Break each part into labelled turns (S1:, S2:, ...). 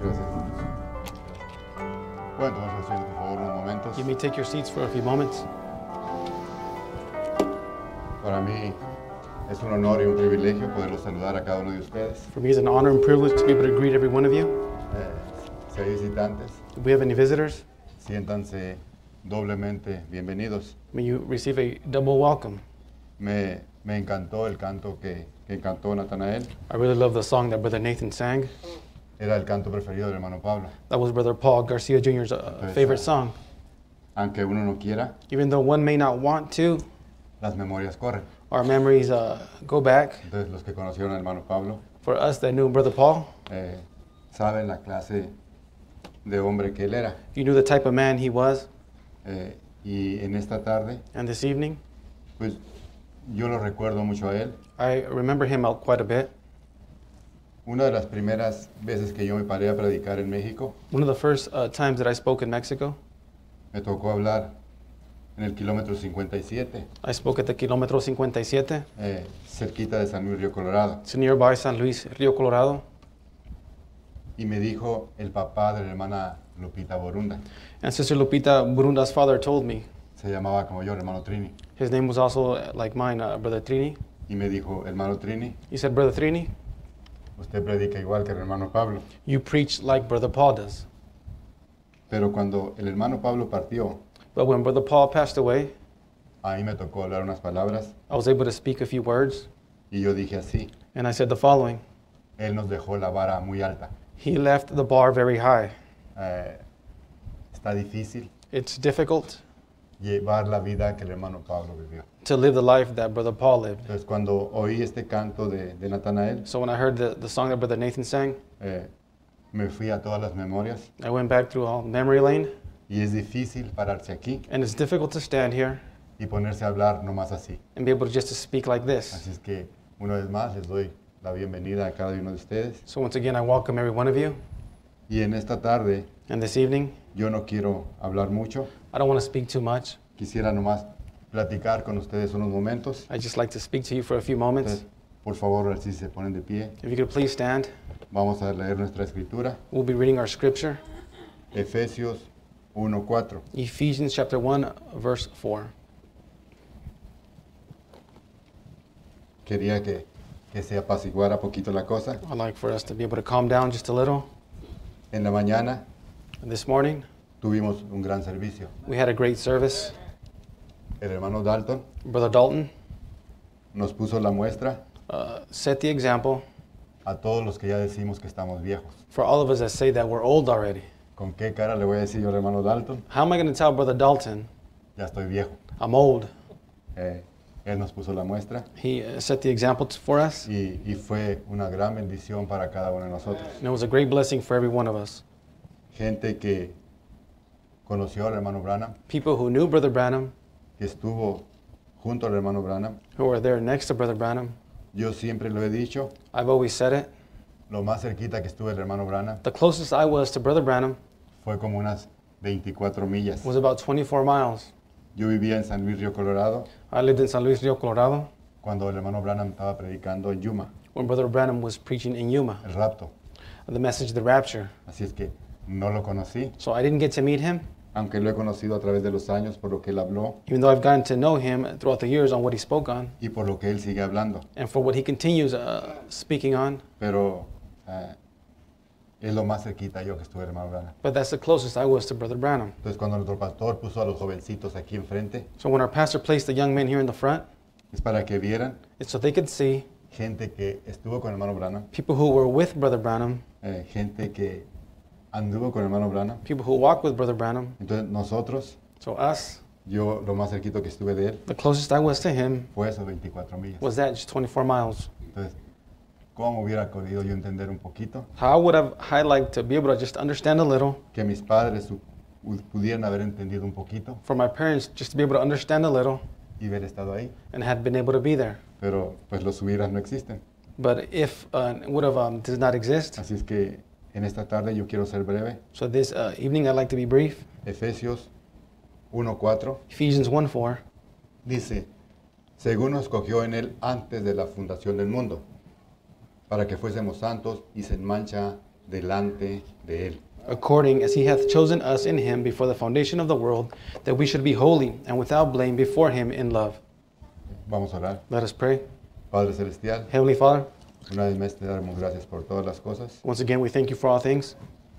S1: Gracias. Bueno, entonces asiento, por favor, unos momentos.
S2: You may take your seats for a few moments.
S1: Para mí es un honor y un privilegio poderlos saludar a cada uno de ustedes.
S2: For me, it's an honor and privilege to be able to greet every one of you.
S1: Eh, si hay visitantes,
S2: If we have any visitors,
S1: siéntanse doblemente bienvenidos.
S2: may you receive a double welcome.
S1: Me, me encantó el canto que, que cantó Natanael.
S2: I really love the song that Brother Nathan sang.
S1: Era el canto preferido del hermano Pablo.
S2: That was Brother Paul Garcia Jr.'s uh,
S1: Perfect.
S2: favorite song.
S1: Aunque uno no quiera,
S2: Even though one may not want to,
S1: las memorias corren.
S2: our memories uh, go back.
S1: Entonces, los que conocieron al hermano Pablo
S2: For us that knew Brother Paul,
S1: eh, saben la clase de hombre que él era.
S2: you knew the type of man he was.
S1: Eh, y en esta tarde,
S2: And this evening,
S1: pues yo lo recuerdo mucho a él.
S2: I remember him out quite a bit.
S1: Una de las primeras veces que yo me paré a predicar en México,
S2: One of the first uh, times that I spoke in Mexico,
S1: me tocó hablar en el kilómetro 57,
S2: I spoke at the Kilometro 57.
S1: eh, cerquita de San Luis Río Colorado.
S2: It's nearby San Luis, Rio Colorado.
S1: Y me dijo el papá de la hermana Lupita Borunda.
S2: And Sister Lupita Burunda's father told me,
S1: Se llamaba como yo, el hermano Trini.
S2: his name was also uh, like mine, uh, Brother Trini.
S1: Y me dijo, hermano Trini,
S2: He said, Brother Trini,
S1: usted predica igual que el hermano Pablo.
S2: you preach like Brother Paul does.
S1: Pero cuando el hermano Pablo partió,
S2: But when Brother Paul passed away,
S1: ahí me tocó hablar unas palabras
S2: I was able to speak a few words,
S1: y yo dije así,
S2: and I said the following
S1: él nos dejó la vara muy alta.
S2: He left the bar very high.
S1: Eh, está difícil
S2: It's difficult
S1: llevar la vida que el hermano Pablo vivió.
S2: to live the life that Brother Paul lived.
S1: Entonces cuando oí este canto de, de Natanael,
S2: So when I heard the, the song that Brother Nathan sang,
S1: eh, me fui a todas las memorias
S2: I went back through all memory lane,
S1: y es difícil pararse aquí
S2: and it's difficult to stand here
S1: y ponerse a hablar nomás así.
S2: and be able to just to speak like this.
S1: Así es que una vez más les doy la bienvenida a cada uno de ustedes.
S2: So once again, I welcome every one of you.
S1: Y en esta tarde
S2: And this evening,
S1: yo no quiero hablar mucho,
S2: I don't want to speak too much.
S1: quisiera nomás platicar con ustedes unos momentos.
S2: I just like to speak to you for a few moments.
S1: Entonces, por favor, si se ponen de pie,
S2: If you could please stand,
S1: vamos a leer nuestra escritura.
S2: we'll be reading our scripture,
S1: Efesios 1.4.
S2: Ephesians chapter 1, verse 4.
S1: Quería que, que se apaciguara poquito la cosa.
S2: I'd like for us to be able to calm down just a little.
S1: En la mañana
S2: This morning,
S1: tuvimos un gran servicio.
S2: we had a great service.
S1: El hermano Dalton
S2: Brother Dalton
S1: nos puso la muestra
S2: uh, set the example
S1: a todos los que ya decimos que estamos viejos.
S2: for all of us that say that we're old already.
S1: ¿Con qué cara le voy a decir yo al hermano Dalton?
S2: How am I going to tell Brother Dalton
S1: Ya estoy viejo.
S2: I'm old?
S1: Eh, él nos puso la muestra
S2: He uh, set the example t- for us,
S1: y, y fue una gran bendición para cada uno de nosotros.
S2: and it was a great blessing for every one of us.
S1: Gente que conoció al hermano Branham,
S2: People who knew Brother Branham,
S1: que estuvo junto al hermano Branham.
S2: who were there next to Brother Branham,
S1: Yo siempre lo he dicho,
S2: I've always said it.
S1: lo más cerquita que estuve del hermano Branham
S2: The closest I was to Brother Branham
S1: fue como unas 24 millas.
S2: was about 24 miles.
S1: Yo vivía en San Luis Río Colorado
S2: I lived in San Luis Rio Colorado
S1: cuando el hermano Branham estaba predicando en Yuma,
S2: when Brother Branham was preaching in Yuma,
S1: el rapto.
S2: the message of the rapture.
S1: Así es que no lo conocí,
S2: So I didn't get to meet him,
S1: aunque lo he conocido a través de los años por lo que él habló
S2: even though I've gotten to know him throughout the years on what he spoke on
S1: y por lo que él sigue hablando.
S2: and for what he continues uh, speaking on.
S1: Pero eh, es lo más cerquita yo que estuve del hermano Branham.
S2: But that's the closest I was to Brother Branham.
S1: Entonces cuando nuestro pastor puso a los jovencitos aquí enfrente,
S2: So when our pastor placed the young men here in the front,
S1: es para que vieran
S2: it's so they could see
S1: gente que estuvo con el hermano Branham,
S2: people who were with Brother Branham,
S1: eh, gente que anduvo con el hermano Branham.
S2: people who walked with Brother Branham.
S1: Entonces nosotros,
S2: So us,
S1: yo lo más cerquito que estuve de él
S2: the closest I was to him
S1: fue esos 24 millas.
S2: was that just 24 miles.
S1: Entonces, ¿cómo hubiera podido yo entender un poquito
S2: How would I I'd like to be able to just understand a little
S1: que mis padres su- hu- pudieran haber entendido un poquito
S2: for my parents just to be able to understand a little
S1: y haber estado ahí?
S2: and had been able to be there.
S1: Pero pues los hubieras no existen.
S2: But if uh, would have um, does not exist.
S1: Así es que en esta tarde yo quiero ser breve.
S2: So this uh, evening I'd like to be brief.
S1: Efesios 1.4
S2: Ephesians 1 4.
S1: dice, según nos cogió en él antes de la fundación del mundo, para que fuésemos santos y sin mancha delante de Él.
S2: according as he hath chosen us in him before the foundation of the world, that we should be holy and without blame before him in love.
S1: Vamos a orar.
S2: Let us pray.
S1: Padre Celestial,
S2: Heavenly Father,
S1: una vez más te damos gracias por todas las cosas.
S2: once again we thank you for all things.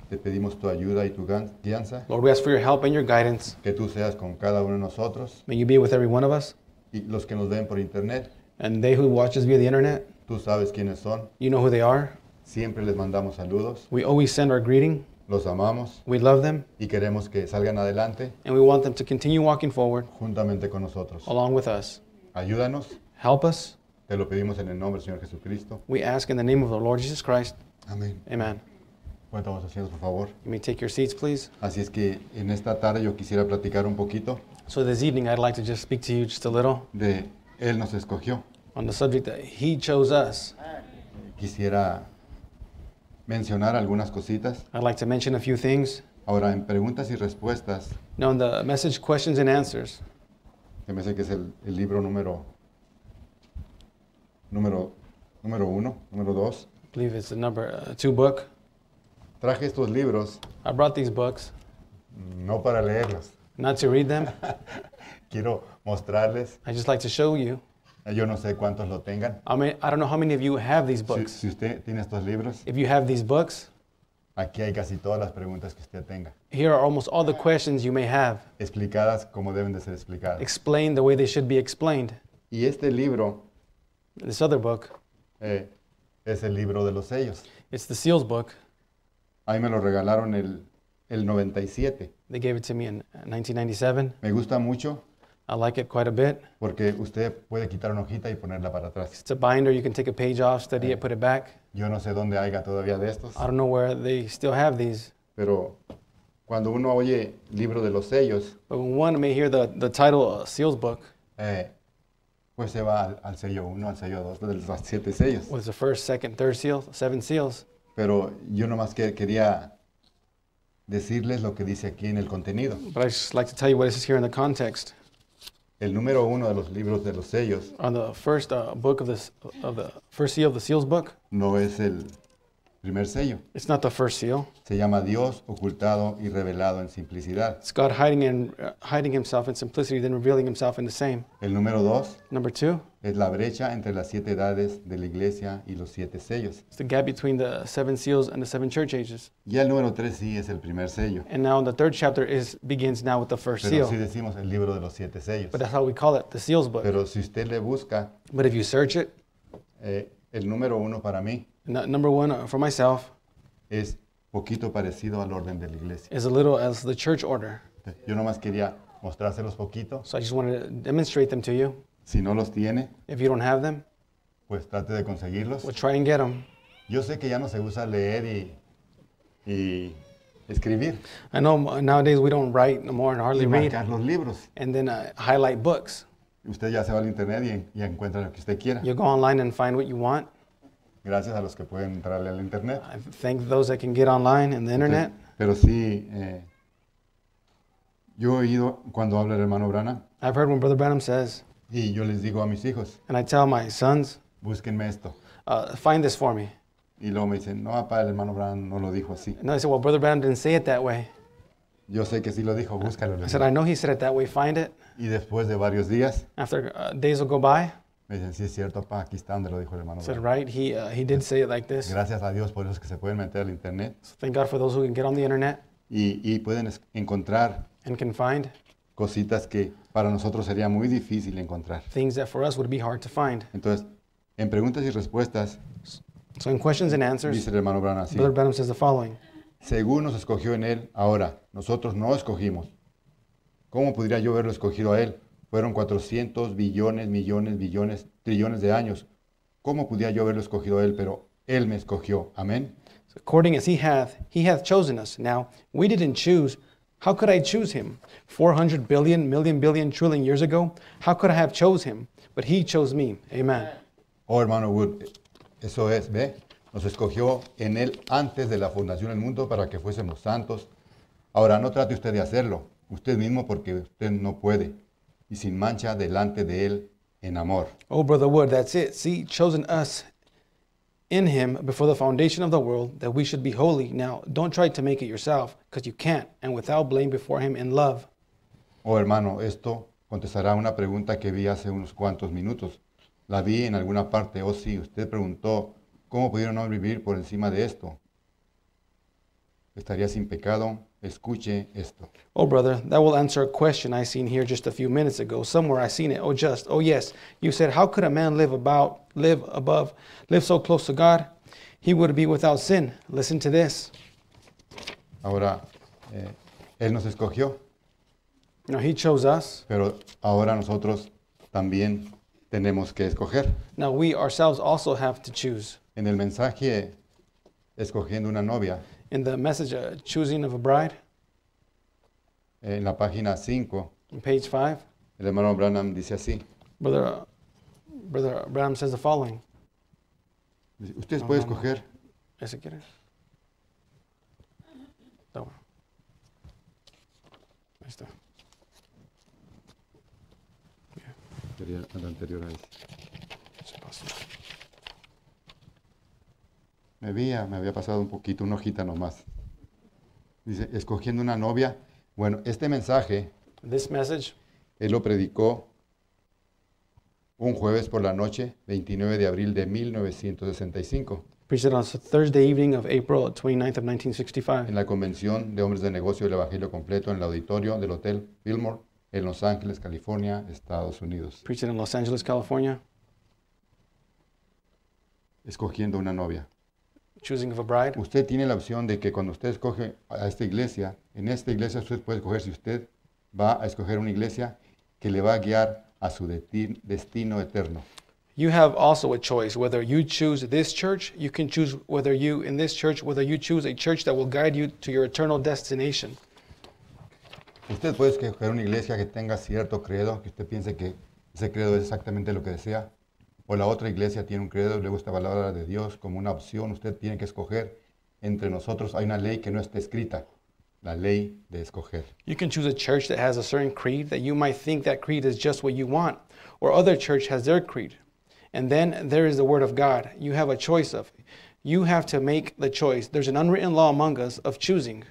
S1: Te pedimos tu ayuda y tu gan- guianza,
S2: Lord, we ask for your help and your guidance.
S1: que tú seas con cada uno de nosotros
S2: May you be with every one of us.
S1: y los que nos ven por internet.
S2: And they who watch us via the internet,
S1: Tú sabes quiénes son.
S2: you know who they are.
S1: Siempre les mandamos saludos.
S2: We always send our greeting.
S1: Los amamos
S2: We love them
S1: y queremos que salgan adelante
S2: and we want them to continue walking forward
S1: juntamente con nosotros.
S2: along with us.
S1: Ayúdanos.
S2: Help us.
S1: Te lo pedimos en el nombre del Señor Jesucristo.
S2: We ask in the name of the Lord Jesus Christ.
S1: Amén.
S2: Amen.
S1: Cuéntanos asientos, por favor.
S2: You may take your seats, please.
S1: Así es que en esta tarde yo quisiera platicar un poquito
S2: So this evening, I'd like to just speak to you just a little
S1: de Él nos escogió.
S2: on the subject that He chose us.
S1: Quisiera mencionar algunas cositas.
S2: I'd like to mention a few things.
S1: Ahora, en preguntas y respuestas,
S2: Now, in the message questions and answers,
S1: que me sé que es el, el libro número, número, número uno, número dos,
S2: I believe it's the number uh, two book.
S1: traje estos libros
S2: I brought these books
S1: no para leerlos.
S2: not to read them.
S1: Quiero mostrarles. eh,
S2: I just like to show you.
S1: Yo no sé cuántos lo tengan.
S2: I mean, I don't know how many of you have these
S1: Si,
S2: books.
S1: si usted tiene estos libros,
S2: If you have these books,
S1: aquí hay casi todas las preguntas que usted tenga,
S2: here are almost all the questions you may have,
S1: explicadas como deben de ser explicadas.
S2: explained the way they should be explained.
S1: Y este libro
S2: This other book,
S1: eh, es el libro de los sellos.
S2: it's the seals book.
S1: A mí me lo regalaron el, el 97.
S2: They gave it to me in 1997.
S1: Me gusta mucho
S2: I like it quite a bit.
S1: porque usted puede quitar una hojita y ponerla para atrás.
S2: It's a binder. You can take a page off, study it, put it back.
S1: Yo no sé dónde haya todavía de estos,
S2: I don't know where they still have these,
S1: pero cuando uno oye libro de los sellos,
S2: but when one may hear the, the title uh, Seals Book,
S1: eh, pues se va al, al sello 1, al sello 2, de los siete sellos.
S2: was the first, second, third seal, seven seals.
S1: Pero yo nomás que- quería decirles lo que dice aquí en el contenido.
S2: But I just like to tell you what it says here in the context.
S1: El número uno de los libros de los sellos
S2: On the first uh, book of this, of the first seal of the seals book,
S1: no es el primer sello.
S2: it's not the first seal.
S1: Se llama Dios ocultado y revelado en simplicidad.
S2: It's God hiding in, uh, hiding Himself in simplicity, then revealing Himself in the same.
S1: El número dos
S2: Number two,
S1: es la brecha entre las siete edades de la iglesia y los siete sellos.
S2: it's the gap between the seven seals and the seven church ages.
S1: Ya el número tres sí es el primer sello.
S2: And now the third chapter is begins now with the first
S1: Pero sí
S2: seal.
S1: decimos el libro de los siete sellos.
S2: But that's how we call it, the seals book.
S1: Pero si usted le busca,
S2: But if you search it,
S1: eh, el número uno para mí
S2: n- number one uh, for myself
S1: es poquito parecido al orden de la iglesia.
S2: is a little as the church order.
S1: Yo nomás quería mostrárselos poquitos.
S2: So I just wanted to demonstrate them to you.
S1: Si no los tiene,
S2: If you don't have them,
S1: pues trate de conseguirlos.
S2: we'll try and get them.
S1: Yo sé que ya no se usa leer y, y escribir,
S2: I know uh, nowadays we don't write no more and hardly
S1: y
S2: read,
S1: marcar los libros.
S2: and then uh, highlight books.
S1: Usted ya se va al internet y, en- y encuentra lo que usted quiera.
S2: You go online and find what you want.
S1: Gracias a los que pueden entrarle al internet.
S2: I thank those that can get online and the internet.
S1: Pero sí, eh, yo he oído cuando habla el hermano Brana
S2: I've heard when Brother Branham says,
S1: y yo les digo a mis hijos,
S2: and I tell my sons,
S1: búsquenme esto.
S2: uh, find this for me.
S1: Y luego me dicen, no, papá, el hermano Brana no lo dijo así.
S2: And I said, well, Brother Branham didn't say it that way.
S1: Yo sé que sí lo dijo, búscalo.
S2: I
S1: les
S2: said, I know he said it that way. Find it.
S1: digo. Y después de varios días,
S2: After uh, days will go by,
S1: Me dicen, sí es cierto, papá, aquí está donde lo dijo el hermano.
S2: I said,
S1: Branham".
S2: right, he, uh, he did say it like this.
S1: Gracias a Dios por eso es que se pueden meter al internet
S2: So thank God for those who can get on the internet
S1: y, y pueden es- encontrar
S2: and can find
S1: cositas que para nosotros sería muy difícil encontrar.
S2: things that for us would be hard to find.
S1: Entonces, en preguntas y respuestas,
S2: So in questions and answers,
S1: dice el hermano Branham así,
S2: Brother Branham says the following.
S1: según nos escogió en él, ahora, nosotros no escogimos. ¿Cómo podría yo haberlo escogido a él? Fueron 400 billones, millones, billones, trillones de años. ¿Cómo podría yo haberlo escogido a él? Pero él me escogió. Amén.
S2: According as he hath, he hath chosen us. Now, we didn't choose. How could I choose him? 400 billion, million, billion, trillion years ago? How could I have chose him? But he chose me. Amen.
S1: Oh, hermano Wood, eso es, ¿ve? Nos escogió en él antes de la fundación del mundo para que fuésemos santos. Ahora, no trate usted de hacerlo, usted mismo, porque usted no puede. Y sin mancha delante de él en amor.
S2: Oh, Brother Wood, that's it. See, chosen us in him before the foundation of the world that we should be holy. Now, don't try to make it yourself, because you can't, and without blame before him in love.
S1: Oh, hermano, esto contestará una pregunta que vi hace unos cuantos minutos. La vi en alguna parte. Oh, sí, usted preguntó, ¿cómo pudieron no vivir por encima de esto? Estaría sin pecado. Escuche esto.
S2: Oh, brother, that will answer a question I seen here just a few minutes ago. Somewhere I seen it. Oh, just. Oh, yes. You said, "How could a man live about, live above, live so close to God? He would be without sin." Listen to this.
S1: Ahora, eh, Él nos escogió,
S2: Now He chose us.
S1: pero ahora nosotros también tenemos que escoger.
S2: Now we ourselves also have to choose.
S1: En el mensaje, escogiendo una novia,
S2: In the message, uh, choosing of a bride,
S1: eh, en la página 5,
S2: on page five,
S1: el hermano Branham dice así.
S2: brother, uh, brother Abraham says the following.
S1: Dice, Ustedes pueden escoger.
S2: ¿Ese quiere? Toma. Ahí está.
S1: Sería la anterior a ese.
S2: Se pasó.
S1: Me había, me había pasado un poquito, una hojita nomás. Dice, escogiendo una novia. Bueno, este mensaje
S2: This message
S1: él lo predicó un jueves por la noche, 29 de abril de 1965,
S2: preached it on Thursday evening of April 29th of 1965
S1: en la Convención de Hombres de Negocio del Evangelio Completo en el auditorio del Hotel Fillmore en Los Ángeles, California, Estados Unidos.
S2: preached it in Los Angeles, California,
S1: Escogiendo una novia.
S2: choosing of a bride.
S1: Usted tiene la opción de que cuando usted escoge a esta iglesia, en esta iglesia usted puede escoger si usted va a escoger una iglesia que le va a guiar a su deti- destino eterno.
S2: You have also a choice whether you choose this church, you can choose whether you in this church, whether you choose a church that will guide you to your eternal destination.
S1: Usted puede escoger una iglesia que tenga cierto credo, que usted piense que ese credo es exactamente lo que desea, o la otra iglesia tiene un credo y luego esta palabra de Dios como una opción, usted tiene que escoger. Entre nosotros hay una ley que no está escrita, la ley de escoger.
S2: You can choose a church that has a certain creed that you might think that creed is just what you want, or other church has their creed. And then there is the Word of God you have a choice of. You have to make the choice. There's an unwritten law among us of choosing.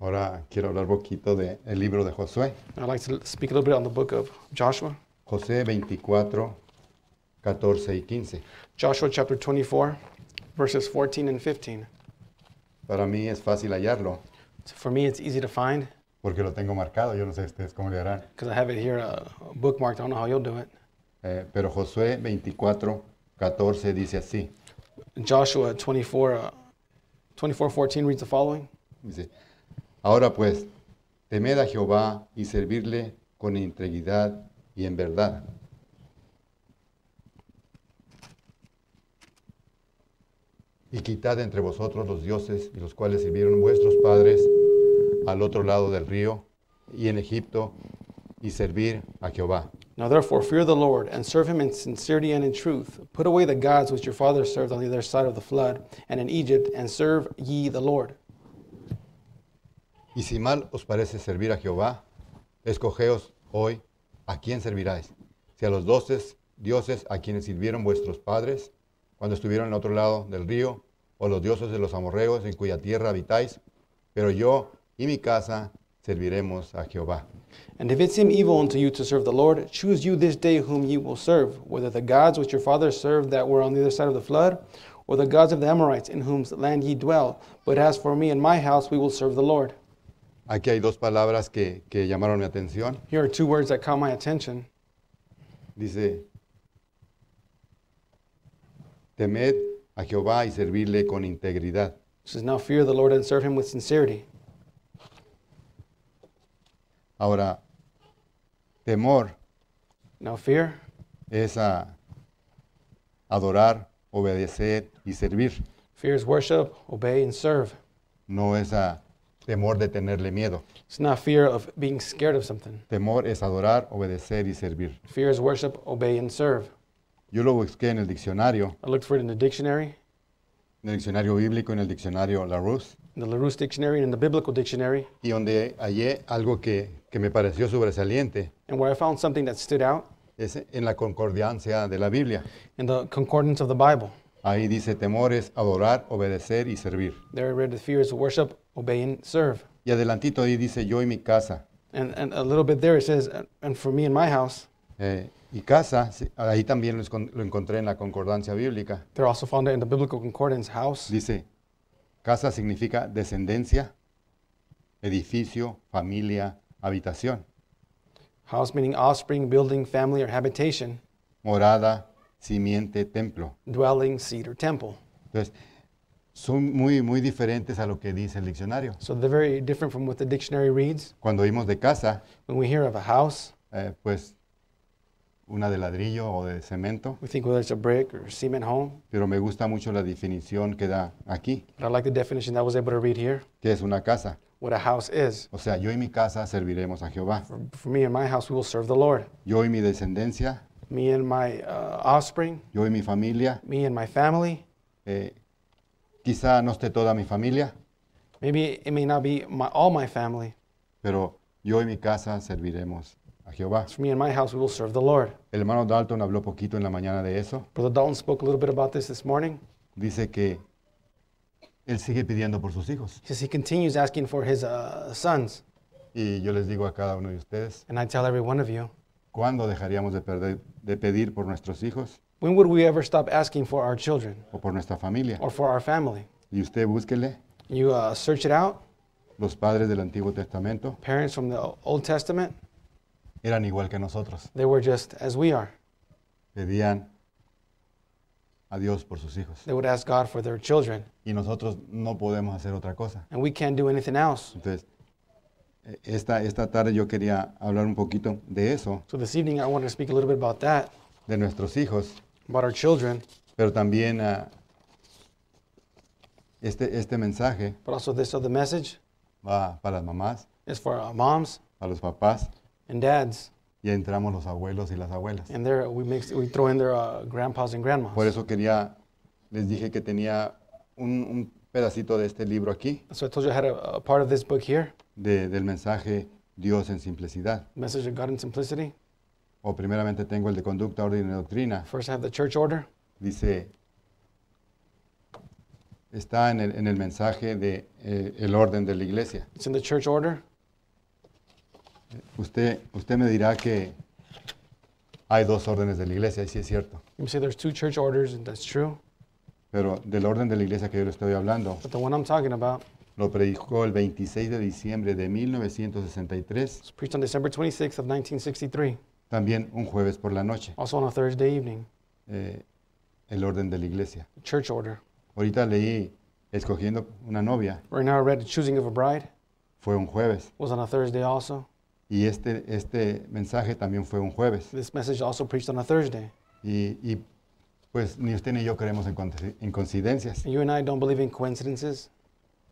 S1: Ahora quiero hablar un poquito del libro de Josué.
S2: I'd like to speak a little bit on the book of Joshua,
S1: José 24, 14 y 15.
S2: Joshua chapter 24, verses 14 and 15.
S1: Para mí es fácil hallarlo
S2: So for me, it's easy to find
S1: porque lo tengo marcado. Yo no sé ustedes cómo le harán.
S2: because I have it here uh, bookmarked. I don't know how you'll do it.
S1: Eh, pero Josué 24, 14 dice así.
S2: Joshua 24, uh, 24 14 reads the following.
S1: Dice, ahora pues, temed a Jehová y servirle con integridad y en verdad. Y quitad entre vosotros los dioses y los cuales sirvieron vuestros padres al otro lado del río y en Egipto y servir a Jehová.
S2: Now therefore fear the Lord and serve him in sincerity and in truth. Put away the gods which your fathers served on the other side of the flood and in Egypt, and serve ye the Lord.
S1: Y si mal os parece servir a Jehová, escogeos hoy a quién serviráis. Si a los doce dioses a quienes sirvieron vuestros padres cuando estuvieron al otro lado del río, o los dioses de los amorreos en cuya tierra habitáis, pero yo y mi casa serviremos a Jehová.
S2: And if it seem evil unto you to serve the Lord, choose you this day whom ye will serve, whether the gods which your fathers served that were on the other side of the flood, or the gods of the Amorites in whose land ye dwell. But as for me and my house, we will serve the Lord.
S1: Aquí hay dos palabras que, que llamaron mi atención.
S2: Here are two words that caught my attention.
S1: Dice, temed a Jehová y servirle con integridad.
S2: It says, Now fear the Lord and serve him with sincerity.
S1: Ahora, temor
S2: Now fear
S1: es a adorar, obedecer y servir.
S2: Fear is worship, obey, and serve.
S1: No es a temor de tenerle miedo.
S2: It's not fear of being scared of something.
S1: Temor es adorar, obedecer y servir.
S2: Fear is worship, obey, and serve.
S1: Yo lo busqué en el diccionario,
S2: I looked for it in the dictionary,
S1: en el diccionario bíblico, en el diccionario LaRousse,
S2: in the LaRousse dictionary, and in the biblical dictionary,
S1: y donde hallé algo que, que me pareció sobresaliente.
S2: and where I found something that stood out.
S1: es en la concordancia de la Biblia.
S2: in the concordance of the Bible.
S1: Ahí dice temor es adorar, obedecer y servir.
S2: There, read the fear is to worship, obey, and serve.
S1: Y adelantito ahí dice yo y mi casa.
S2: And, and a little bit there it says, "And- and for me and my house,
S1: Eh, y casa, sí, ahí también lo, escon- lo encontré en la concordancia bíblica.
S2: they're also found in the biblical concordance house.
S1: Dice, casa significa descendencia, edificio, familia, habitación.
S2: House meaning offspring, building, family, or habitation,
S1: Morada, simiente, templo.
S2: dwelling, seat, or temple.
S1: Entonces, son muy, muy diferentes a lo que dice el diccionario.
S2: So they're very different from what the dictionary reads.
S1: Cuando oímos de casa,
S2: When we hear of a house,
S1: eh, pues una de ladrillo o de cemento,
S2: we think whether it's a brick or cement home.
S1: pero me gusta mucho la definición que da aquí,
S2: But I like the definition that I was able to read here
S1: que es una casa.
S2: what a house is.
S1: O sea, yo y mi casa serviremos a Jehová.
S2: For, for me and my house, we will serve the Lord.
S1: Yo y mi descendencia,
S2: Me and my uh, offspring,
S1: yo y mi familia.
S2: me and my family.
S1: eh, quizá no esté toda mi familia,
S2: Maybe it may not be my, all my family.
S1: pero yo y mi casa serviremos a Jehová.
S2: For me and my house, we will serve the Lord.
S1: El hermano Dalton habló poquito en la mañana de eso.
S2: Brother Dalton spoke a little bit about this this morning.
S1: Dice que él sigue pidiendo por sus hijos.
S2: He says he continues asking for his uh, sons.
S1: Y yo les digo a cada uno de ustedes,
S2: And I tell every one of you,
S1: ¿cuándo dejaríamos de, perder- de pedir por nuestros hijos
S2: when would we ever stop asking for our children
S1: o por nuestra familia?
S2: or for our family?
S1: Y usted búsquele
S2: You uh, search it out.
S1: los padres del Antiguo Testamento
S2: Parents from the O- Old Testament,
S1: eran igual que nosotros.
S2: they were just as we are.
S1: Pedían a Dios por sus hijos.
S2: They would ask God for their children.
S1: Y nosotros no podemos hacer otra cosa.
S2: And we can't do anything else.
S1: Entonces, e- esta, esta tarde yo quería hablar un poquito de eso,
S2: So this evening, I wanted to speak a little bit about that,
S1: de nuestros hijos,
S2: about our children,
S1: pero también ah, este, este mensaje
S2: but also this other message
S1: va para las mamás,
S2: is for our moms
S1: para los papás,
S2: and dads.
S1: y entramos los abuelos y las abuelas.
S2: And there we mix, we throw in their uh, grandpas and grandmas.
S1: Por eso quería, les dije que tenía un, un pedacito de este libro aquí,
S2: So I told you I had a, a part of this book here,
S1: de- del mensaje Dios en simplicidad.
S2: Message of God and Simplicity.
S1: O primeramente tengo el de conducta, orden y doctrina.
S2: First, I have the church order.
S1: Dice, está en el, en el mensaje de eh, el orden de la iglesia.
S2: It's in the church order.
S1: Usted, usted me dirá que hay dos órdenes de la iglesia, y sí es cierto.
S2: You say there's two church orders, and that's true.
S1: Pero del orden de la iglesia que yo le estoy hablando,
S2: But the one I'm talking about
S1: lo predicó el 26 de diciembre de 1963,
S2: was preached on December 26th of 1963,
S1: también un jueves por la noche,
S2: also on a Thursday evening.
S1: eh, el orden de la iglesia.
S2: The church order.
S1: Ahorita leí Escogiendo una novia,
S2: Right now, I read the choosing of a bride
S1: fue un jueves,
S2: was on a Thursday also.
S1: y este, este mensaje también fue un jueves.
S2: This message also preached on a Thursday.
S1: Y, y, pues ni usted ni yo creemos en, conte- en coincidencias,
S2: You and I don't believe in coincidences,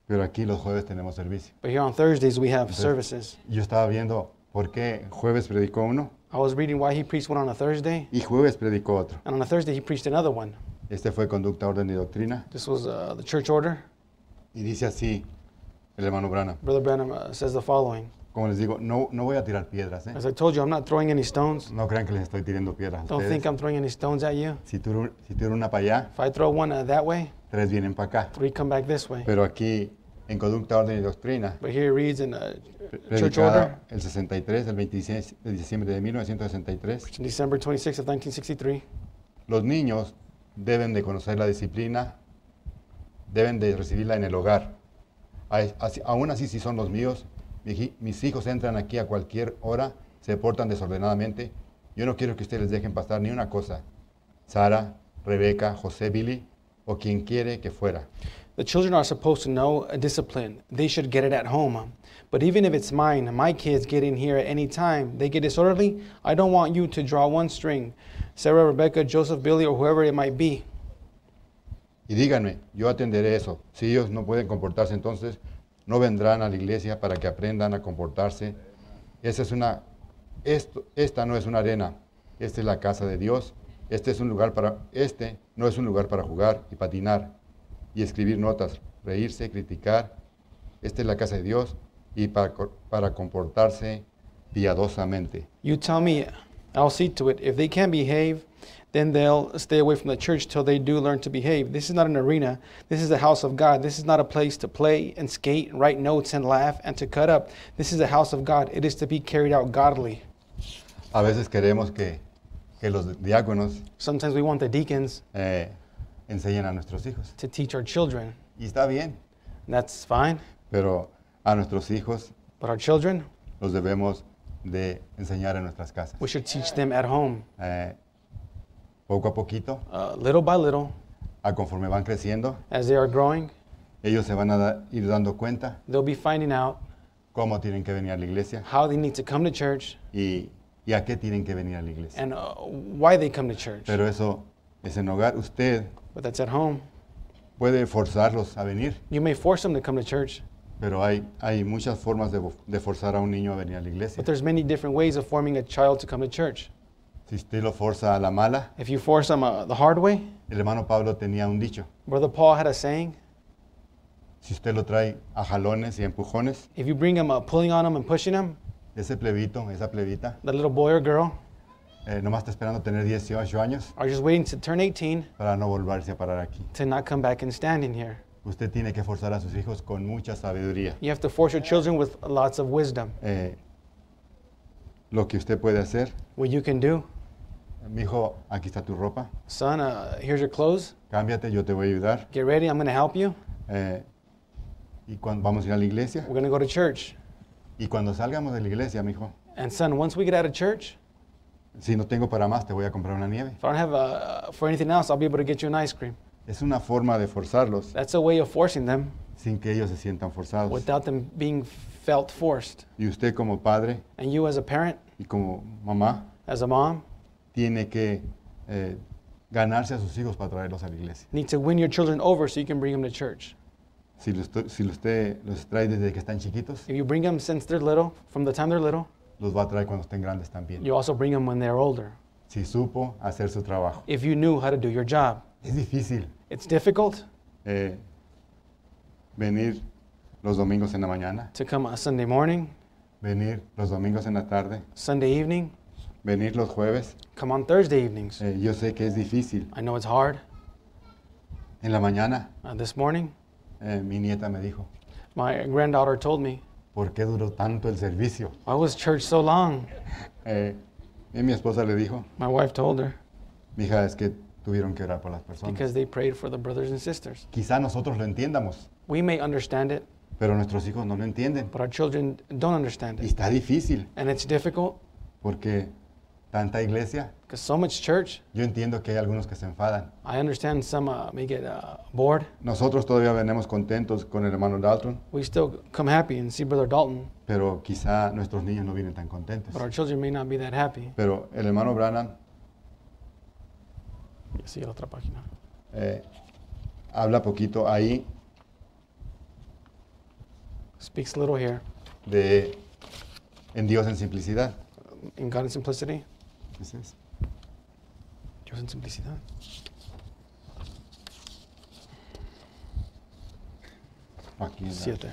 S1: pero aquí los jueves tenemos servicio.
S2: but here on Thursdays we have services.
S1: Yo estaba viendo por qué jueves predicó uno
S2: I was reading why he preached one on a Thursday,
S1: y jueves predicó otro.
S2: and on a Thursday he preached another one.
S1: Este fue conducta, orden y doctrina.
S2: This was uh, the church order.
S1: Y dice así el hermano Branham.
S2: Brother Branham uh, says the following.
S1: Como les digo, no, no voy a tirar piedras. ¿eh?
S2: As I told you, I'm not throwing any stones.
S1: No crean que les estoy tirando piedras. a
S2: Don't
S1: ustedes.
S2: think I'm throwing any stones at you.
S1: Si tiro, si tiro una para allá,
S2: If I throw one uh, that way,
S1: tres vienen para acá.
S2: three come back this way.
S1: Pero aquí, en conducta, orden y doctrina,
S2: But here it reads in uh, church order,
S1: predicada el 63, el 26 de diciembre de 1963.
S2: it's on December 26th of 1963.
S1: Los niños deben de conocer la disciplina, deben de recibirla en el hogar. Ay- así- aún así, si son los míos, mi ji- mis hijos entran aquí a cualquier hora, se portan desordenadamente. Yo no quiero que ustedes les dejen pasar ni una cosa. Sara, Rebeca, José, Billy o quien quiere que fuera.
S2: The children are supposed to know a discipline. They should get it at home. But even if it's mine, my kids get in here at any time, they get disorderly, I don't want you to draw one string. Sarah, Rebecca, Joseph, Billy, or whoever it might be.
S1: Y díganme, yo atenderé eso. Si ellos no pueden comportarse, entonces no vendrán a la iglesia para que aprendan a comportarse. Esa es una, esto- esta no es una arena. Esta es la casa de Dios. Este es un lugar para, este no es un lugar para jugar y patinar y escribir notas, reírse, criticar. Esta es la casa de Dios y para, co- para comportarse piadosamente.
S2: You tell me I'll see to it. If they can't behave, then they'll stay away from the church till they do learn to behave. This is not an arena. This is the house of God. This is not a place to play and skate, and write notes and laugh and to cut up. This is the house of God. It is to be carried out godly.
S1: A veces queremos que, que los diáconos
S2: Sometimes we want the deacons
S1: eh, enseñen a nuestros hijos.
S2: to teach our children.
S1: Y está bien,
S2: And that's fine,
S1: pero a nuestros hijos
S2: but our children,
S1: los debemos de enseñar en nuestras casas.
S2: we should teach them at home,
S1: Eh, poco a poquito,
S2: uh, little by little,
S1: a conforme van creciendo,
S2: as they are growing.
S1: ellos se van a da- ir dando cuenta
S2: They'll be finding out
S1: cómo tienen que venir a la iglesia
S2: how they need to come to church
S1: y, y a qué tienen que venir a la iglesia.
S2: and uh, why they come to church.
S1: Pero eso es en hogar. Usted
S2: But that's at home.
S1: puede forzarlos a venir,
S2: You may force them to come to church,
S1: pero hay, hay muchas formas de, vo- de forzar a un niño a venir a la iglesia.
S2: but there's many different ways of forming a child to come to church.
S1: Si usted lo forza a la mala,
S2: If you force them uh, the hard way,
S1: el hermano Pablo tenía un dicho.
S2: Brother Paul had a saying:
S1: Si usted lo trae a jalones y empujones,
S2: if you bring them, uh, pulling on them and pushing them,
S1: ese plebito, esa plebita,
S2: the little boy or girl
S1: eh, nomás está esperando tener 18 años
S2: are just waiting to turn 18
S1: para no volverse a parar aquí.
S2: to not come back and stand in here.
S1: Usted tiene que forzar a sus hijos con mucha sabiduría.
S2: You have to force your children with lots of wisdom.
S1: Eh, lo que usted puede hacer,
S2: What you can do,
S1: mi hijo, aquí está tu ropa,
S2: son, uh, here's your clothes.
S1: cámbiate, yo te voy a ayudar.
S2: Get ready. I'm going to help you.
S1: Eh, y cuando vamos a ir a la iglesia,
S2: We're going to go to church.
S1: y cuando salgamos de la iglesia, mi hijo,
S2: And son, once we get out of church,
S1: si no tengo para más, te voy a comprar una nieve.
S2: if I don't have uh, for anything else, I'll be able to get you an ice cream.
S1: Es una forma de forzarlos
S2: That's a way of forcing them
S1: sin que ellos se sientan forzados.
S2: without them being felt forced.
S1: Y usted como padre
S2: And you, as a parent,
S1: y como mamá,
S2: as a mom,
S1: tiene que eh, ganarse a sus hijos para traerlos a la iglesia.
S2: need to win your children over so you can bring them to church.
S1: Si, los to- si usted los trae desde que están chiquitos,
S2: If you bring them since they're little, from the time they're little,
S1: los va a traer cuando estén grandes también.
S2: you also bring them when they're older.
S1: Si supo hacer su trabajo.
S2: If you knew how to do your job,
S1: Es difícil
S2: it's difficult
S1: eh, venir los domingos en la mañana,
S2: to come on Sunday morning,
S1: venir los domingos en la tarde,
S2: Sunday evening,
S1: venir los jueves.
S2: come on Thursday evenings.
S1: Eh, yo sé que es difícil.
S2: I know it's hard.
S1: En la mañana
S2: Uh, this morning,
S1: eh, mi nieta me dijo,
S2: my granddaughter told me,
S1: ¿por qué duró tanto el servicio?
S2: Why was church so long?
S1: Eh, y mi esposa le dijo,
S2: My wife told her.
S1: Mija, es que tuvieron que orar por las personas.
S2: Because they prayed for the brothers and sisters.
S1: Quizá nosotros lo entiendamos,
S2: We may understand it,
S1: pero nuestros hijos no lo entienden.
S2: but our children don't understand
S1: Y
S2: it.
S1: está difícil,
S2: And it's difficult
S1: porque tanta iglesia,
S2: because so much church,
S1: yo entiendo que hay algunos que se enfadan.
S2: I understand some uh, may get uh, bored.
S1: Nosotros todavía venimos contentos con el hermano Dalton,
S2: We still come happy and see Brother Dalton,
S1: pero quizá nuestros niños no vienen tan contentos.
S2: but our children may not be that happy.
S1: Pero el hermano Branham
S2: Sí, la otra página.
S1: eh, habla poquito ahí
S2: Speaks little here
S1: de en Dios en simplicidad.
S2: in God and simplicity.
S1: ¿Es eso?
S2: Dios en simplicidad.
S1: Aquí en la-
S2: Siete.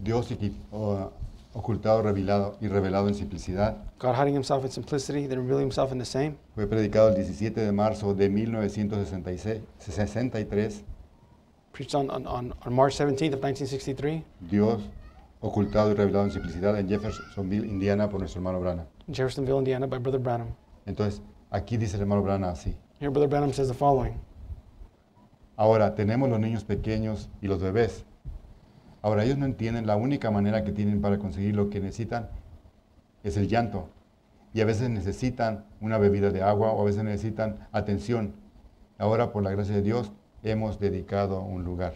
S1: Dios equi- o- ocultado, revelado y revelado en simplicidad.
S2: God hiding himself in simplicity, then revealing himself in the same.
S1: Fue predicado el 17 de marzo de 1963.
S2: Preached on, on, on, on March 17th of 1963
S1: Dios ocultado y revelado en simplicidad en Jeffersonville, Indiana, por nuestro hermano Branham.
S2: in Jeffersonville, Indiana by Brother Branham.
S1: Entonces, aquí dice el hermano Branham así.
S2: Here, Brother Branham says the following.
S1: Ahora, tenemos los niños pequeños y los bebés. Ahora, ellos no entienden la única manera que tienen para conseguir lo que necesitan es el llanto. Y a veces necesitan una bebida de agua o a veces necesitan atención. Ahora, por la gracia de Dios, hemos dedicado un lugar.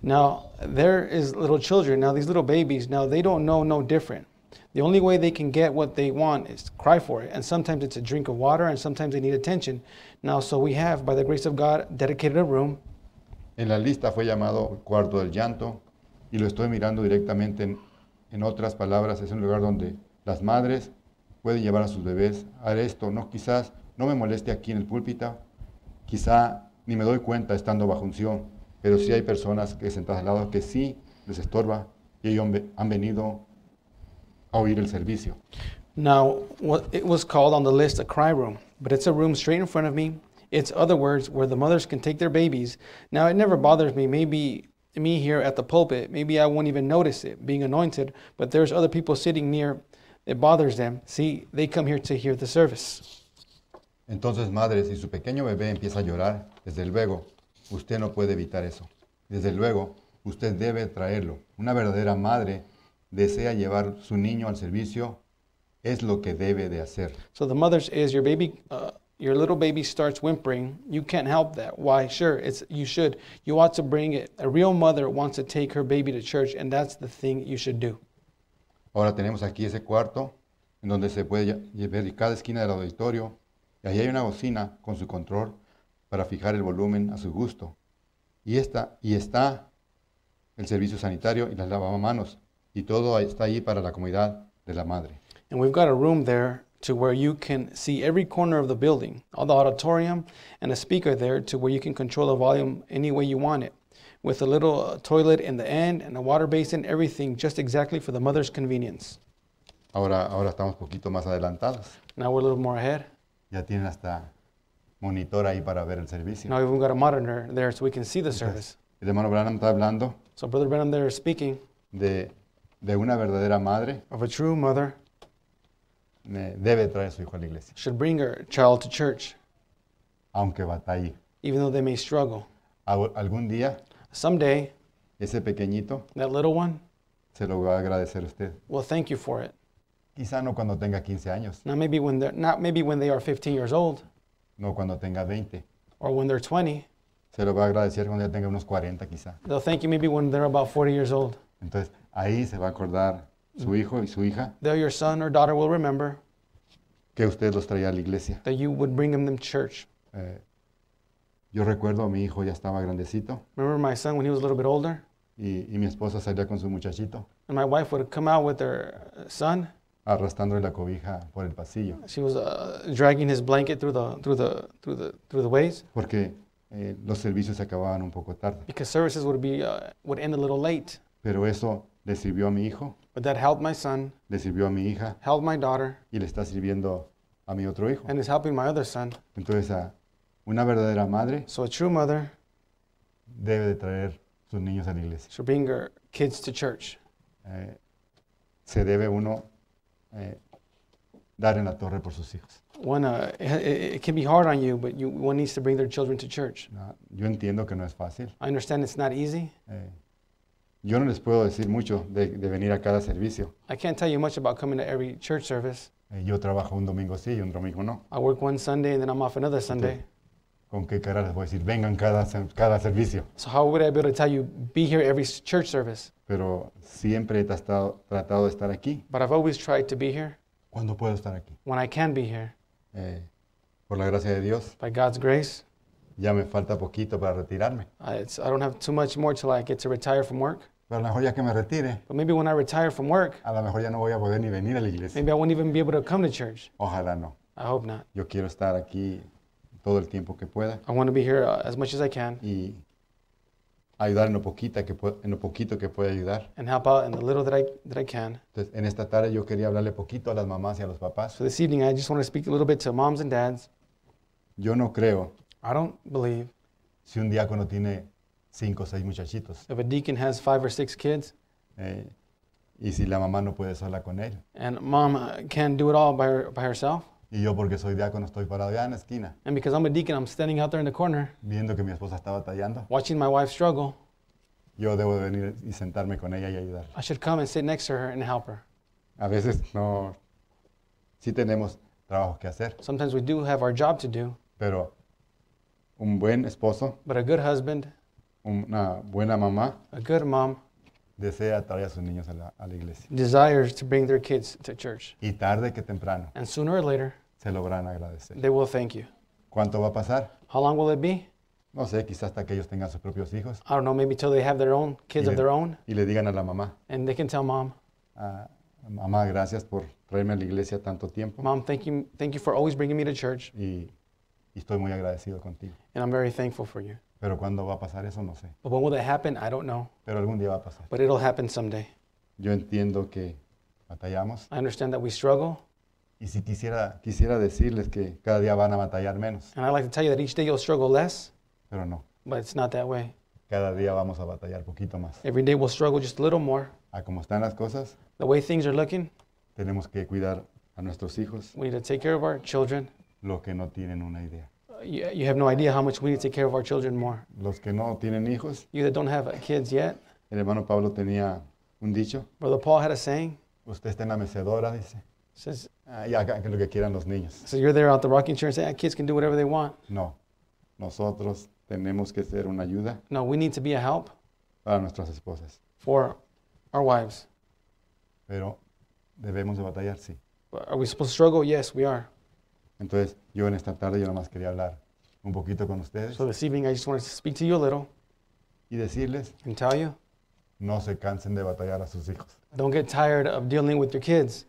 S2: Now, there is little children, now these little babies, now they don't know no different. The only way they can get what they want is to cry for it. And sometimes it's a drink of water, and sometimes they need attention. Now, so we have, by the grace of God, dedicated a room.
S1: En la lista fue llamado Cuarto del Llanto y lo estoy mirando directamente en, en otras palabras. Es un lugar donde las madres pueden llevar a sus bebés a esto. No, quizás no me moleste aquí en el púlpito, quizá ni me doy cuenta estando bajo unción, pero sí hay personas que se trasladan que sí les estorba y ellos han ve- han venido a oír el servicio.
S2: Now, what it was called on the list a cry room, but it's a room straight in front of me. It's other words where the mothers can take their babies. Now, it never bothers me. Maybe me here at the pulpit, maybe I won't even notice it being anointed, but there's other people sitting near. It bothers them. See, they come here to hear the service.
S1: Entonces, madre, si su pequeño bebé empieza a llorar, desde luego, usted no puede evitar eso. Desde luego, usted debe traerlo. Una verdadera madre desea llevar su niño al servicio, es lo que debe de hacer.
S2: So the mother's is your baby, uh, your little baby starts whimpering. You can't help that. Why? Sure, it's you should. You ought to bring it. A real mother wants to take her baby to church, and that's the thing you should do.
S1: Ahora tenemos aquí ese cuarto en donde se puede lle- ver cada esquina del auditorio y ahí hay una bocina con su control para fijar el volumen a su gusto. Y, esta, y está el servicio sanitario y las lavamanos y todo ahí- está ahí para la comodidad de la madre.
S2: And we've got a room there to where you can see every corner of the building, all the auditorium, and a speaker there to where you can control the volume any way you want it, with a little uh, toilet in the end and a water basin, everything just exactly for the mother's convenience.
S1: Ahora, ahora estamos poquito más adelantados.
S2: Now we're a little more ahead.
S1: Ya tienen hasta monitor ahí para ver el servicio.
S2: Now we've even got a monitor there so we can see the service.
S1: El hermano Branham está hablando
S2: So Brother Branham there is speaking
S1: de, de una verdadera madre
S2: of a true mother
S1: eh, debe traer a su hijo a la iglesia,
S2: should bring her child to church,
S1: aunque batalle.
S2: even though they may struggle.
S1: Al- Algún día
S2: Someday,
S1: ese pequeñito
S2: that little one
S1: se lo va a agradecer a usted.
S2: will thank you for it.
S1: Quizá no cuando tenga 15 años,
S2: Now maybe when they're not maybe when they are 15 years old,
S1: no cuando tenga 20.
S2: or when they're 20.
S1: Se lo va a agradecer cuando ya tenga unos 40 quizá.
S2: They'll thank you maybe when they're about 40 years old.
S1: Entonces ahí se va a acordar su hijo y su hija
S2: They'll your son or daughter will remember
S1: que usted los traía a la iglesia.
S2: that you would bring them to church.
S1: Eh, yo recuerdo mi hijo ya estaba grandecito
S2: Remember my son when he was a little bit older,
S1: y, y mi esposa salía con su muchachito
S2: and my wife would come out with her uh, son.
S1: arrastrándole la cobija por el pasillo.
S2: She was uh, dragging his blanket through the through the through the through the ways
S1: Porque eh, los servicios se acababan un poco tarde.
S2: because services would be uh, would end a little late.
S1: Pero eso le sirvió a mi hijo,
S2: But that helped my son,
S1: le sirvió a mi hija
S2: helped my daughter,
S1: y le está sirviendo a mi otro hijo.
S2: and is helping my other son.
S1: Entonces, a una verdadera madre
S2: So a true mother
S1: debe de traer sus niños a la iglesia.
S2: should bring her kids to church.
S1: Eh, se debe uno eh, dar en la torre por sus hijos.
S2: One, uh, it, it it can be hard on you, but you one needs to bring their children to church.
S1: ¿no? Yo entiendo que no es fácil.
S2: I understand it's not easy.
S1: eh, yo no les puedo decir mucho de, de venir a cada servicio.
S2: I can't tell you much about coming to every church service.
S1: Eh, yo trabajo un domingo sí y un domingo no.
S2: I work one Sunday and then I'm off another Sunday.
S1: ¿Con qué cara les voy a decir? Vengan cada, ser- cada servicio.
S2: So how would I be able to tell you be here every s- church service?
S1: Pero siempre he tratado, tratado de estar aquí.
S2: But I've always tried to be here
S1: ¿Cuándo puedo estar aquí?
S2: when I can be here.
S1: Eh, por la gracia de Dios,
S2: By God's grace,
S1: ya me falta poquito para retirarme.
S2: I, it's, I don't have too much more till I get to retire from work.
S1: Pero a lo mejor ya que me retire,
S2: But maybe when I retire from work,
S1: a lo mejor ya no voy a poder ni venir a la iglesia.
S2: maybe I won't even be able to come to church.
S1: Ojalá no.
S2: I hope not.
S1: Yo quiero estar aquí todo el tiempo que pueda
S2: I want to be here uh, as much as I can
S1: y ayudar en lo, poquita que pue- en lo poquito que pueda ayudar.
S2: and help out in the little that I, that I can.
S1: Entonces, en esta tarde yo quería hablarle poquito a las mamás y a los papás.
S2: So this evening, I just want to speak a little bit to moms and dads.
S1: Yo no creo
S2: I don't believe
S1: si un diácono tiene cinco o seis muchachitos
S2: if a deacon has five or six kids
S1: eh, y si la mamá no puede sola con él.
S2: and mom uh, can't do it all by, her, by herself.
S1: Y yo porque soy diácono estoy parado allá en la esquina
S2: And because I'm a deacon, I'm standing out there in the corner
S1: viendo que mi esposa está batallando.
S2: watching my wife struggle.
S1: Yo debo de venir y sentarme con ella y ayudarla.
S2: I should come and sit next to her and help her.
S1: A veces no, sí tenemos trabajos que hacer,
S2: Sometimes we do have our job to do,
S1: pero un buen esposo,
S2: but a good husband,
S1: una buena mamá
S2: a good mom
S1: desea traer a sus niños a la, a la iglesia.
S2: desires to bring their kids to church.
S1: Y tarde que temprano
S2: And sooner or later,
S1: se lo van a agradecer.
S2: they will thank you.
S1: ¿Cuánto va a pasar?
S2: How long will it be?
S1: No sé, quizás hasta que ellos tengan sus propios hijos
S2: I don't know, maybe till they have their own kids of their own
S1: y le digan a la mamá,
S2: and they can tell mom,
S1: "Ah, mamá, gracias por traerme a la iglesia tanto tiempo
S2: Mom, thank you, thank you for always bringing me to church,
S1: y, y estoy muy agradecido contigo.
S2: and I'm very thankful for you.
S1: Pero cuándo va a pasar eso, no sé.
S2: But when will that happen? I don't know.
S1: Pero algún día va a pasar.
S2: But it'll happen someday.
S1: Yo entiendo que batallamos,
S2: I understand that we struggle,
S1: Y si quisiera, quisiera decirles que cada día van a batallar menos,
S2: And I like to tell you that each day you'll struggle less,
S1: pero no,
S2: but it's not that way.
S1: cada día vamos a batallar poquito más.
S2: Every day we'll struggle just a little more.
S1: A como están las cosas,
S2: The way things are looking,
S1: tenemos que cuidar a nuestros hijos,
S2: we need to take care of our children.
S1: los que no tienen una idea.
S2: Uh, You, you have no idea how much we need to take care of our children more.
S1: Los que no tienen hijos,
S2: You that don't have uh, kids yet,
S1: el hermano Pablo tenía un dicho,
S2: Brother Paul had a saying.
S1: usted está en la mecedora, dice,
S2: Says,
S1: "Ah, ya hagan lo que quieran los niños.
S2: so you're there out the rocking chair and saying, kids can do whatever they want.
S1: No, nosotros tenemos que ser una ayuda
S2: No, we need to be a help
S1: para nuestras esposas,
S2: for our wives.
S1: pero debemos de batallar, sí.
S2: Are we supposed to struggle? Yes, we are.
S1: Entonces, yo en esta tarde yo nada más quería hablar un poquito con ustedes
S2: So this evening, I just wanted to speak to you a little
S1: y decirles,
S2: and tell you
S1: no se cansen de batallar a sus hijos,
S2: don't get tired of dealing with your kids.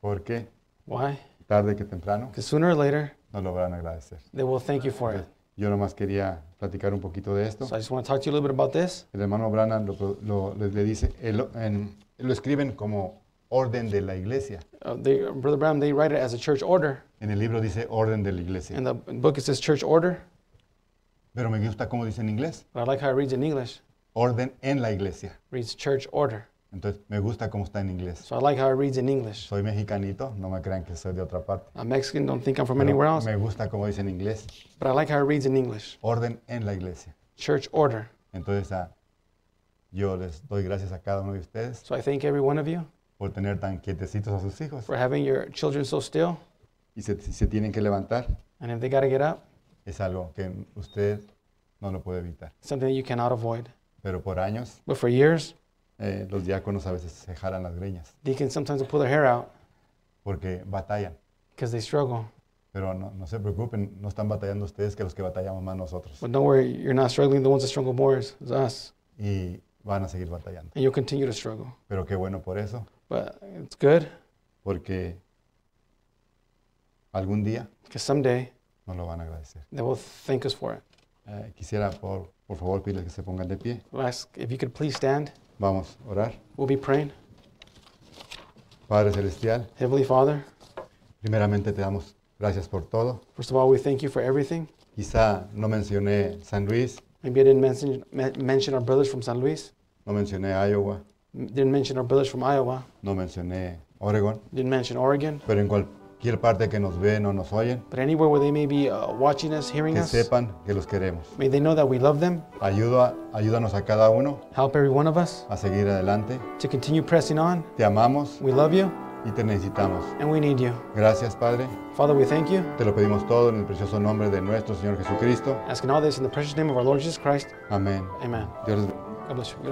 S1: porque
S2: Why?
S1: tarde que temprano
S2: Because sooner or later,
S1: nos lo van a agradecer.
S2: they will thank you for it.
S1: Entonces, yo nada más quería platicar un poquito de esto.
S2: So I just want to talk to you a little bit about this.
S1: El hermano Branham lo, pro- lo- le, le dice, el- en- lo escriben como orden de la iglesia.
S2: Uh, they, Brother Brown, they write it as a church order.
S1: En el libro dice orden de la iglesia,
S2: In the book, it says church order,
S1: pero me gusta cómo dice en inglés,
S2: but I like how it reads in English.
S1: orden en la iglesia.
S2: reads church order.
S1: Entonces, me gusta cómo está en inglés.
S2: So I like how it reads in English.
S1: Soy mexicanito, no me crean que soy de otra parte.
S2: I'm Mexican, don't think I'm from
S1: pero
S2: anywhere else,
S1: me gusta cómo dice en inglés,
S2: but I like how it reads in English.
S1: orden en la iglesia.
S2: Church order.
S1: Entonces, ah, yo les doy gracias a cada uno de ustedes
S2: So I thank every one of you
S1: por tener tan quietecitos a sus hijos.
S2: for having your children so still.
S1: Y se, si se tienen que levantar,
S2: And if they got to get up,
S1: es algo que usted no lo puede evitar.
S2: it's something that you cannot avoid.
S1: Pero por años,
S2: But for years,
S1: eh, los diáconos a veces se jalan las greñas
S2: deacons sometimes will pull their hair out
S1: porque batallan.
S2: because they struggle.
S1: Pero no, no se preocupen, no están batallando ustedes que los que batallamos más nosotros.
S2: But don't worry, you're not struggling. The ones that struggle more is, is us.
S1: Y van a seguir batallando.
S2: And you'll continue to struggle.
S1: Pero qué bueno por eso,
S2: But it's good
S1: porque algún día
S2: because someday
S1: nos lo van a agradecer.
S2: they will thank us for it.
S1: Eh, quisiera, por, por favor, pedirles que se pongan de pie.
S2: I'll ask if you could please stand.
S1: Vamos a orar.
S2: We'll be praying.
S1: Padre Celestial,
S2: Heavenly Father,
S1: primeramente te damos gracias por todo.
S2: first of all, we thank you for everything.
S1: Quizá no mencioné San Luis,
S2: Maybe I didn't mention, men- mention our brothers from San Luis,
S1: no mencioné Iowa,
S2: m- didn't mention our brothers from Iowa,
S1: no mencioné Oregon,
S2: didn't mention Oregon.
S1: pero en cualquier parte que nos ven o nos oyen,
S2: But anywhere where they may be uh, watching us, hearing
S1: que
S2: us,
S1: sepan que los queremos.
S2: may they know that we love them.
S1: Ayuda, ayúdanos a cada uno
S2: Help every one of us
S1: a seguir adelante.
S2: to continue pressing on.
S1: Te amamos
S2: We love you
S1: y te necesitamos.
S2: and we need you.
S1: Gracias, Padre.
S2: Father, we thank you.
S1: Te lo pedimos todo en el precioso nombre de nuestro Señor Jesucristo.
S2: Asking all this in the precious name of our Lord Jesus Christ.
S1: Amén.
S2: Amen.
S1: Dios les bendiga.
S2: God bless you.